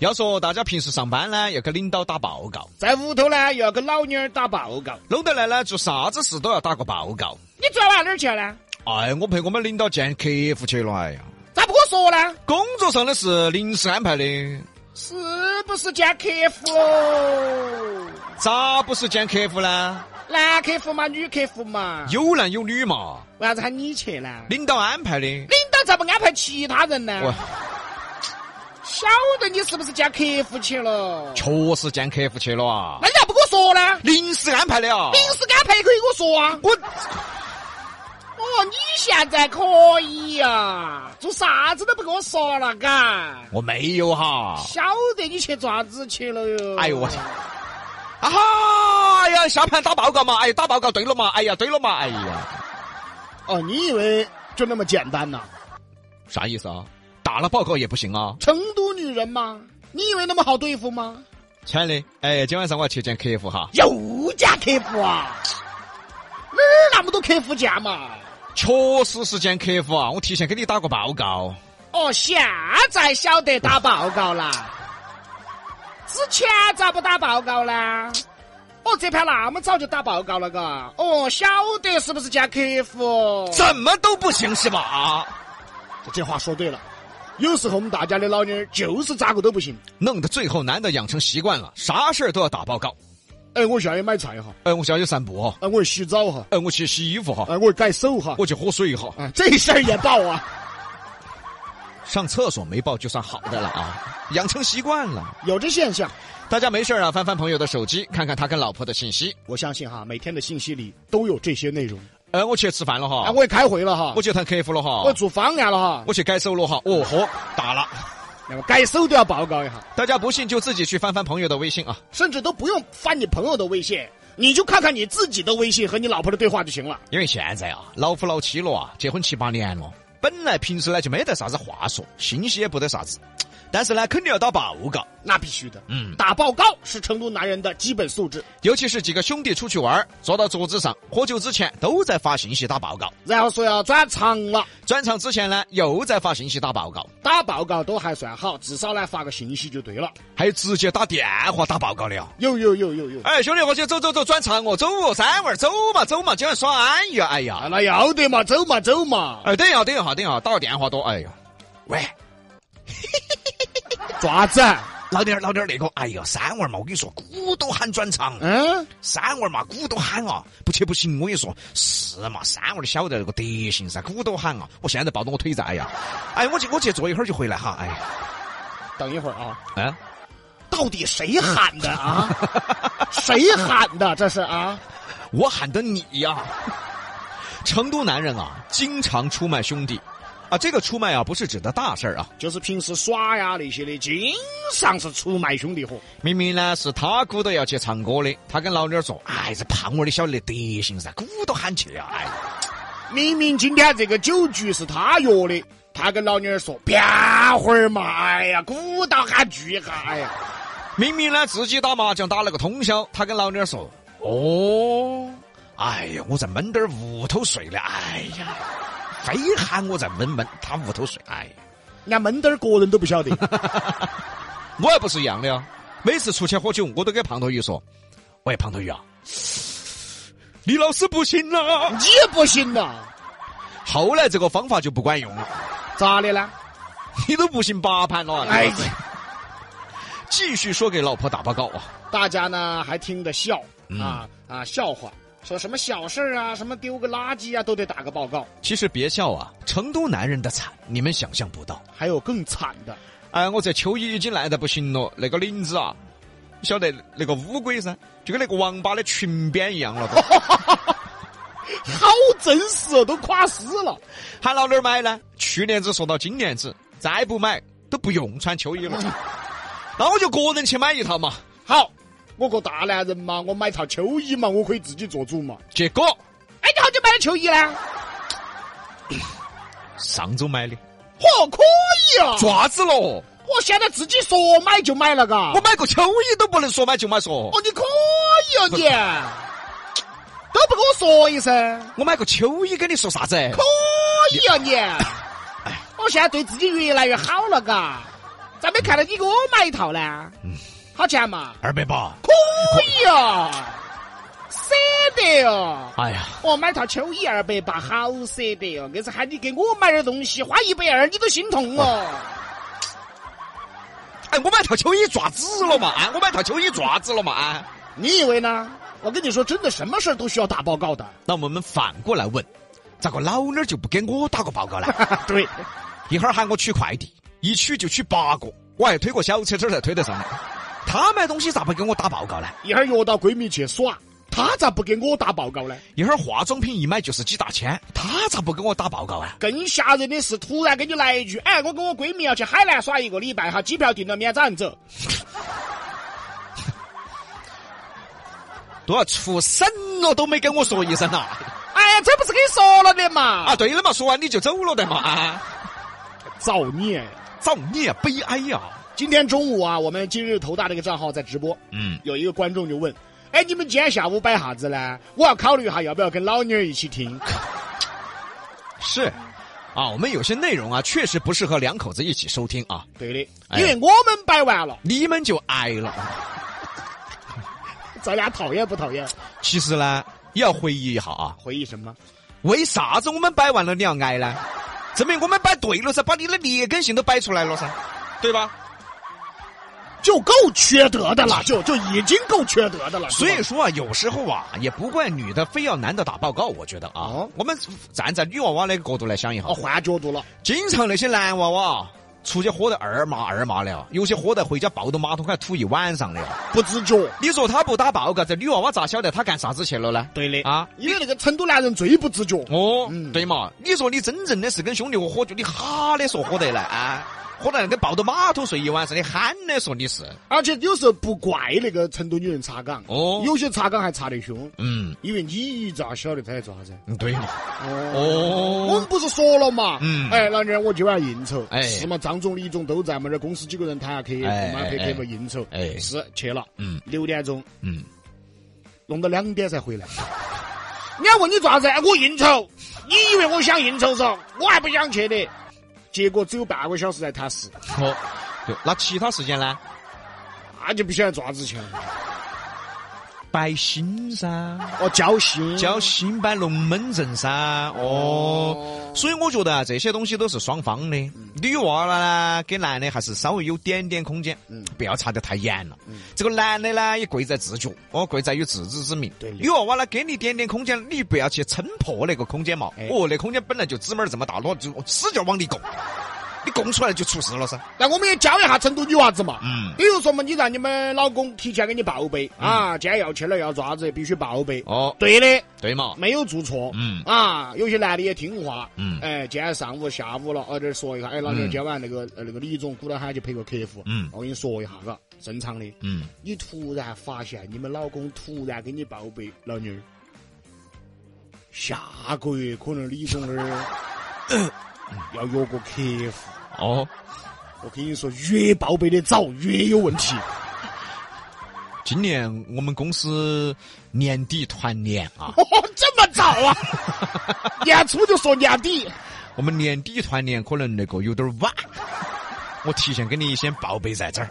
要说大家平时上班呢，要给领导打报告，在屋头呢又要跟老妞儿打报告。弄得来呢，做啥子事都要打个报告。你昨晚哪儿去了？哎，我陪我们领导见客户去了，哎呀，咋不跟我说呢？工作上的事临时安排的，是不是见客户喽？咋不是见客户呢？男客户嘛，女客户嘛，有男有女嘛，为啥子喊你去呢？领导安排的。领导咋不安排其他人我呢？晓得你是不是见客户去了？确实见客户去了啊那，你咋不跟我说呢？临时安排的啊。临时安排可以跟我说啊。我哦，你现在可以呀、做啥子都不跟我说了，嘎。我没有哈。晓得你去爪子去了哟。哎呦我天啊哈！哎呀，下盘打报告嘛，哎呀，打报告对了嘛，哎呀，对了嘛，哎呀，哦，你以为就那么简单呐、啥意思啊？打了报告也不行啊，成都女人嘛，你以为那么好对付吗？亲爱的，哎，今晚上我要去见客户哈。又见客户啊？哪儿那么多客户见嘛？确实是见客户啊，我提前给你打个报告。哦，现在晓得打报告啦。之前咋不打报告呢？哦，这盘那么早就打报告了，嘎。哦，晓得是不是见客户？怎么都不行是吧？这话说对了，有时候我们大家的老妞儿就是咋个都不行。弄得最后男的养成习惯了，啥事儿都要打报告。哎，我下去买菜哈，哎，我下去散步哈，哎，我去洗澡哈，哎，我去洗衣服哈，哎，我去改手哈，我去喝水哦哈。哎，这事儿也报啊，上厕所没报就算好的了啊，养成习惯了。有这现象。大家没事儿啊，翻翻朋友的手机，看看他跟老婆的信息。我相信哈，每天的信息里都有这些内容。哎，我去吃饭了哈。哎，我也开会了哈，我去谈客户了哈，我做方案了哈，我去改手了哈，哦豁，打了。那么改手都要报告一下，大家不信就自己去翻翻朋友的微信啊。甚至都不用翻你朋友的微信，你就看看你自己的微信和你老婆的对话就行了。因为现在啊，老夫老妻了啊，结婚七八年了，本来平时呢就没得啥子话说，信息也不得啥子，但是呢肯定要打报告，那必须的，嗯打报告是成都男人的基本素质。尤其是几个兄弟出去玩儿，坐到桌子上喝酒之前都在发信息打报告，然后说要转场了，转场之前呢又在发信息打报告，打报告都还算好，至少呢发个信息就对了。还有直接打电话打报告的啊。有有有有有，哎，兄弟，伙计，走走走，转场哦，走哦，三娃儿，走嘛走嘛，今晚耍安逸啊！哎呀啊，，那要得嘛，走嘛走嘛，哎，等一下，等一下，等一下，打个电话多。哎呀，喂，爪子，老点儿，老点儿那个，哎呀，三娃儿嘛，我跟你说，鼓都喊转场，嗯，三娃儿嘛，鼓都喊啊，不去不行，我跟你说，是嘛，三娃儿晓得那个德行噻，鼓都喊啊，我现在抱着我腿在，哎呀，哎，我去我去坐一会儿就回来哈，哎呀，等一会儿啊。嗯，到底谁喊的啊？ 谁喊的？这是啊？我喊的你呀、成都男人啊，经常出卖兄弟，啊，这个出卖啊，不是指的大事儿啊，就是平时耍呀那些的，经常是出卖兄弟伙。明明呢是他鼓捣要去唱歌的，他跟老妞儿说，哎，这胖娃儿你晓得那德行噻，鼓捣喊去啊，哎呀。明明今天这个酒局是他约的，他跟老妞儿说变会儿嘛，哎呀，鼓捣喊聚一下，哎呀，明明呢自己打麻将打了个通宵，他跟老妞儿说：“哦，哎呀，我在闷点儿屋头睡了，哎呀，非喊我在闷闷，他屋头睡，哎呀，人家闷墩儿个人都不晓得。我还不是一样的啊！每次出去喝酒，我都给胖头鱼说：‘喂，胖头鱼啊，李老师不行了。你不行呐，’后来这个方法就不管用了，咋的呢？你都不行八盘了，哎哎呀，，继续说给老婆打报告啊！大家呢还听得笑啊啊笑话，说什么小事儿啊，什么丢个垃圾啊，都得打个报告。其实别笑啊，成都男人的惨，你们想象不到。”还有更惨的，哎，我这秋衣已经烂得不行了，那个领子啊，你晓得那个乌龟噻，就跟那个王八的裙边一样了 都。好真实哦，都垮死了。喊老儿买呢，去年子说到今年子，再不买都不用穿秋衣了。那我就个人去买一套嘛。好，我个大男人嘛，我买套秋衣嘛，我可以自己做主嘛。结果哎，你好久买的秋衣呢？上周买的，嚯，哦可以啊！爪子了，我现在自己说买就买了嘎。我买个秋衣都不能说买就买说，哦，你可以哦你，都不跟我说一声，啊我买个秋衣跟你说啥子？可以哦你。我现在对自己越来越好了嘎。咋没看到你给我买一套呢？好钱嘛？二百八。可以哦，舍得哦。哎呀，哦，买套秋衣二百八，好舍得哦！硬是喊你给我买点东西，花一百二，你都心痛哦。哎，我买套秋衣爪子了嘛？啊，我买套秋衣爪子了嘛？啊，你以为呢？我跟你说，真的什么事儿都需要打报告的。那我们反过来问，咋个老娘就不给我打个报 告呢？对，一会儿喊我取快递，一取就取八个，我还推个小车车才推得上来。他买东西咋不给我打报告呢？一会儿约到闺蜜去耍，她咋不给我打报告呢？一会儿化妆品一买就是几大千，他咋不给我打报告啊？更吓人的是，突然给你来一句：“哎，我跟我闺蜜要去海南耍一个礼拜哈，机票订了，明天早上走。都要出省了都没跟我说一声呐、啊！”哎呀，这不是跟你说了的嘛？啊，对了嘛，说完你就走了的嘛！啊，造孽！造孽，悲哀呀、今天中午啊，我们今日头大这个账号在直播，嗯，有一个观众就问：“哎，你们今天下午摆啥子呢？我要考虑一下要不要跟老妞儿一起听。是，啊，我们有些内容啊，确实不适合两口子一起收听啊，”对的，哎因为我们摆完了，你们就挨了。咱俩讨厌不讨厌？其实呢，要回忆一下啊，回忆什么？为啥子我们摆完了你要挨呢？证明我们摆对了噻，把你的劣根性都摆出来了噻，对吧？就够缺德的了，就就已经够缺德的了。所以是吧说啊，有时候啊，也不怪女的非要男的打报告，我觉得啊，哦我们站在女娃娃那个角度来想一下，哦，换角度了，经常那些男娃娃啊出去喝得二麻二麻的，有些喝得回家抱着马桶还吐一晚上的。不自觉。你说他不打报告，这女娃娃咋晓得他干啥子去了呢？对的啊因为那个成都男人最不自觉。哦，嗯对嘛？你说你真正的是跟兄弟伙喝酒，你哈的说喝得来啊，喝得来跟抱着马桶睡一晚上，你喊的说你是而且有时候不怪那个成都女人查岗，哦有些查岗还查得凶，嗯，因为你咋晓得他在做啥子？对嘛？哦。我哦们，不是说了嘛，嗯哎，老娘我今晚要应酬，哎是嘛？张总、李总都在嘛，这公司几个人谈下 K，哎嘛哎 K 哎 K 嘛应酬，哎是去了，嗯六点钟嗯，弄到两点才回来。人家问你做啥子？我应酬，你以为我想应酬嗦？我还不想去的。结果只有半个小时才踏实，哦，对，那其他时间呢？那就不晓得做啥子去了。摆心噻，哦，交心，交心摆龙门阵噻，哦。哦，嗯所以我觉得啊，这些东西都是双方的，女娃娃呢给男的还是稍微有点点空间，嗯不要查得太严了。嗯这个男的呢也贵在自觉，哦，贵在有自知之明。对的女娃娃呢给你点点空间，你不要去撑破那个空间嘛。哎哦，那空间本来就指拇儿这么大，我就使劲往里拱，你拱出来就出事了噻。那我们也教一下成都女娃子嘛。嗯比如说嘛，你让你们老公提前给你报备、啊，今天要去了要做啥子，必须报备。哦，对的，对嘛，没有做错。嗯啊，有些男的也听话。嗯哎，今天上午、下午了，我这儿说一下，哎，老娘今天晚上那个呃那个李总鼓捣喊去陪个客户。嗯我跟你说一下，嘎，正常的。嗯，你突然发现你们老公突然给你报备，老妞儿，下个月可能李总 那儿要约个客户。哦，我跟你说，越报备的早越有问题。今年我们公司年底团年啊，哦，这么早 啊？年初就说年底，我们年底团年可能那个有点儿晚，我提前给你先报备在这儿。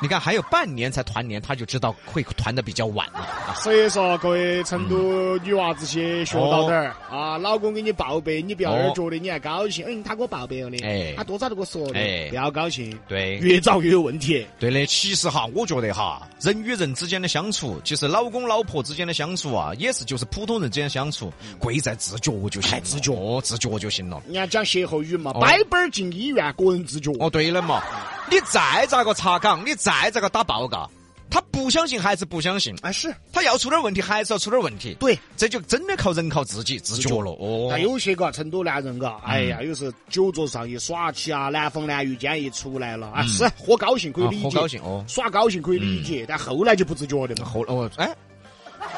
你看，还有半年才团年，他就知道会团的比较晚了啊。所以说各位成都嗯女娃子些学到点儿、啊，老公给你报备，你不要哦那儿觉得你还高兴，嗯，他给我报备了的，哎他多早就给我说的，哎不要高兴，对，越早越有问题。对的。其实哈，我觉得哈，人与人之间的相处，其实老公老婆之间的相处啊，也是就是普通人之间的相处，贵在自觉就行了，自觉哦自觉就行了。人家讲歇后语嘛，哦百本儿进医院，个人自觉。哦，对了嘛，你再咋个查岗，你再咋个打报告，他不相信还是不相信，哎，是，他要出点问题还是要出点问题。对。这就真的靠人靠自己自觉了哦。嗯但有些个成都男人嘎，哎呀，有时候酒桌上一耍起啊，南风南雨今天一出来了啊，是喝高兴可以啊理解，喝高兴嗯哦耍高兴可以理解，但后来就不自觉的嘛，后哦哎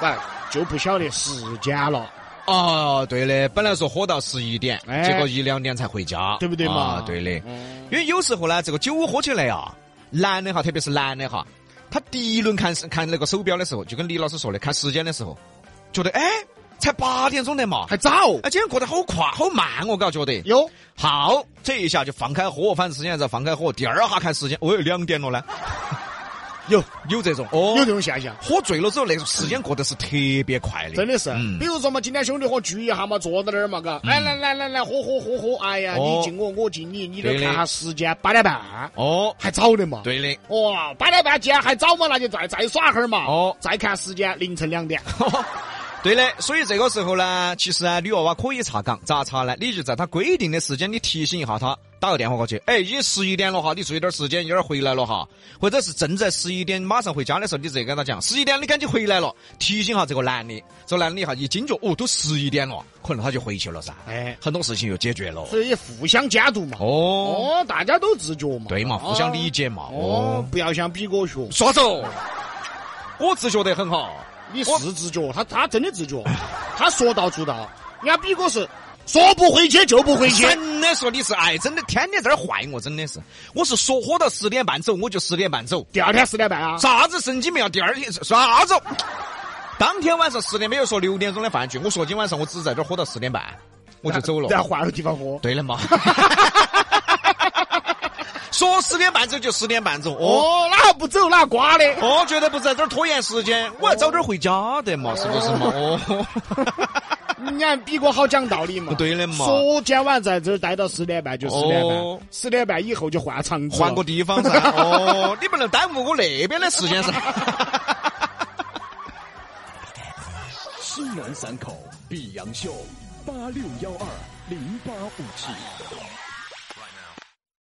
哎，就不晓得时间了，哦对的，本来说喝到十一点，哎结果一两点才回家，对不对嘛啊？对的，嗯因为有时候呢，这个酒喝起来啊，男的哈，特别是男的哈，他第一轮看看那个手表的时候，就跟李老师说的，看时间的时候，觉得哎才八点钟的嘛。还早哎，今天过得好快，好慢，我搞觉得。哟，好，这一下就放开火，反正时间在放开火。第二下看时间，哦，两点了呢。 有有这种哦，有这种现象。喝醉了之后，那种时间过得是特别快的，真的是，啊嗯比如说嘛，今天兄弟伙聚一下嘛，坐到那儿嘛，嘎，哎，来来来来，喝喝喝喝，哎呀，哦你敬我，我敬你，你都对的看下时间，八点半，哦，还早的嘛。。对的， 哇，八点半既然还早嘛，那就再再耍会儿嘛。哦再看时间，凌晨两点。对的。所以这个时候呢，其实啊，女娃娃可以查岗，咋查呢？你就在她规定的时间，你提醒一下她，打个电话过去。哎，已经十一点了哈，你注意点时间，一会儿回来了哈，或者是正在十一点马上回家的时候，你直接跟她讲，十一点你赶紧回来了，提醒一下这个男的。这个男的一下一惊觉，哦，都十一点了，可能他就回去了噻，哎，很多事情就解决了。所以互相监督嘛。哦，哦，大家都自觉嘛。对哦嘛，互相理解。解嘛。哦哦，，不要向比哥学，耍走，我自觉得很好。你我是自觉，他他真的自觉，他说到做到。人家比哥是说不回去就不回去。真的说你是哎，真的天天在这儿坏我，真的是。我是说喝到十点半走，我就十点半走。第二天十点半啊，啥子神经病啊？第二天啥子？当天晚上十点没有说六点钟的饭局，我说今晚上我只在这儿喝到十点半，我就走了。然后换个地方喝。对了嘛。 说十点半走就十点半走，哦哦，哪不走哪瓜的。哦，绝对不是在这儿拖延时间，我要早点回家的嘛，是不是嘛？哦，你看比哥好讲道理嘛。对的嘛说今晚在这儿待到十点半就十点哦半，十点半以后就换场子了。换个地方噻。哦，你不能耽误我那边的时间噻。西南三口碧阳秀八六幺二零八五七。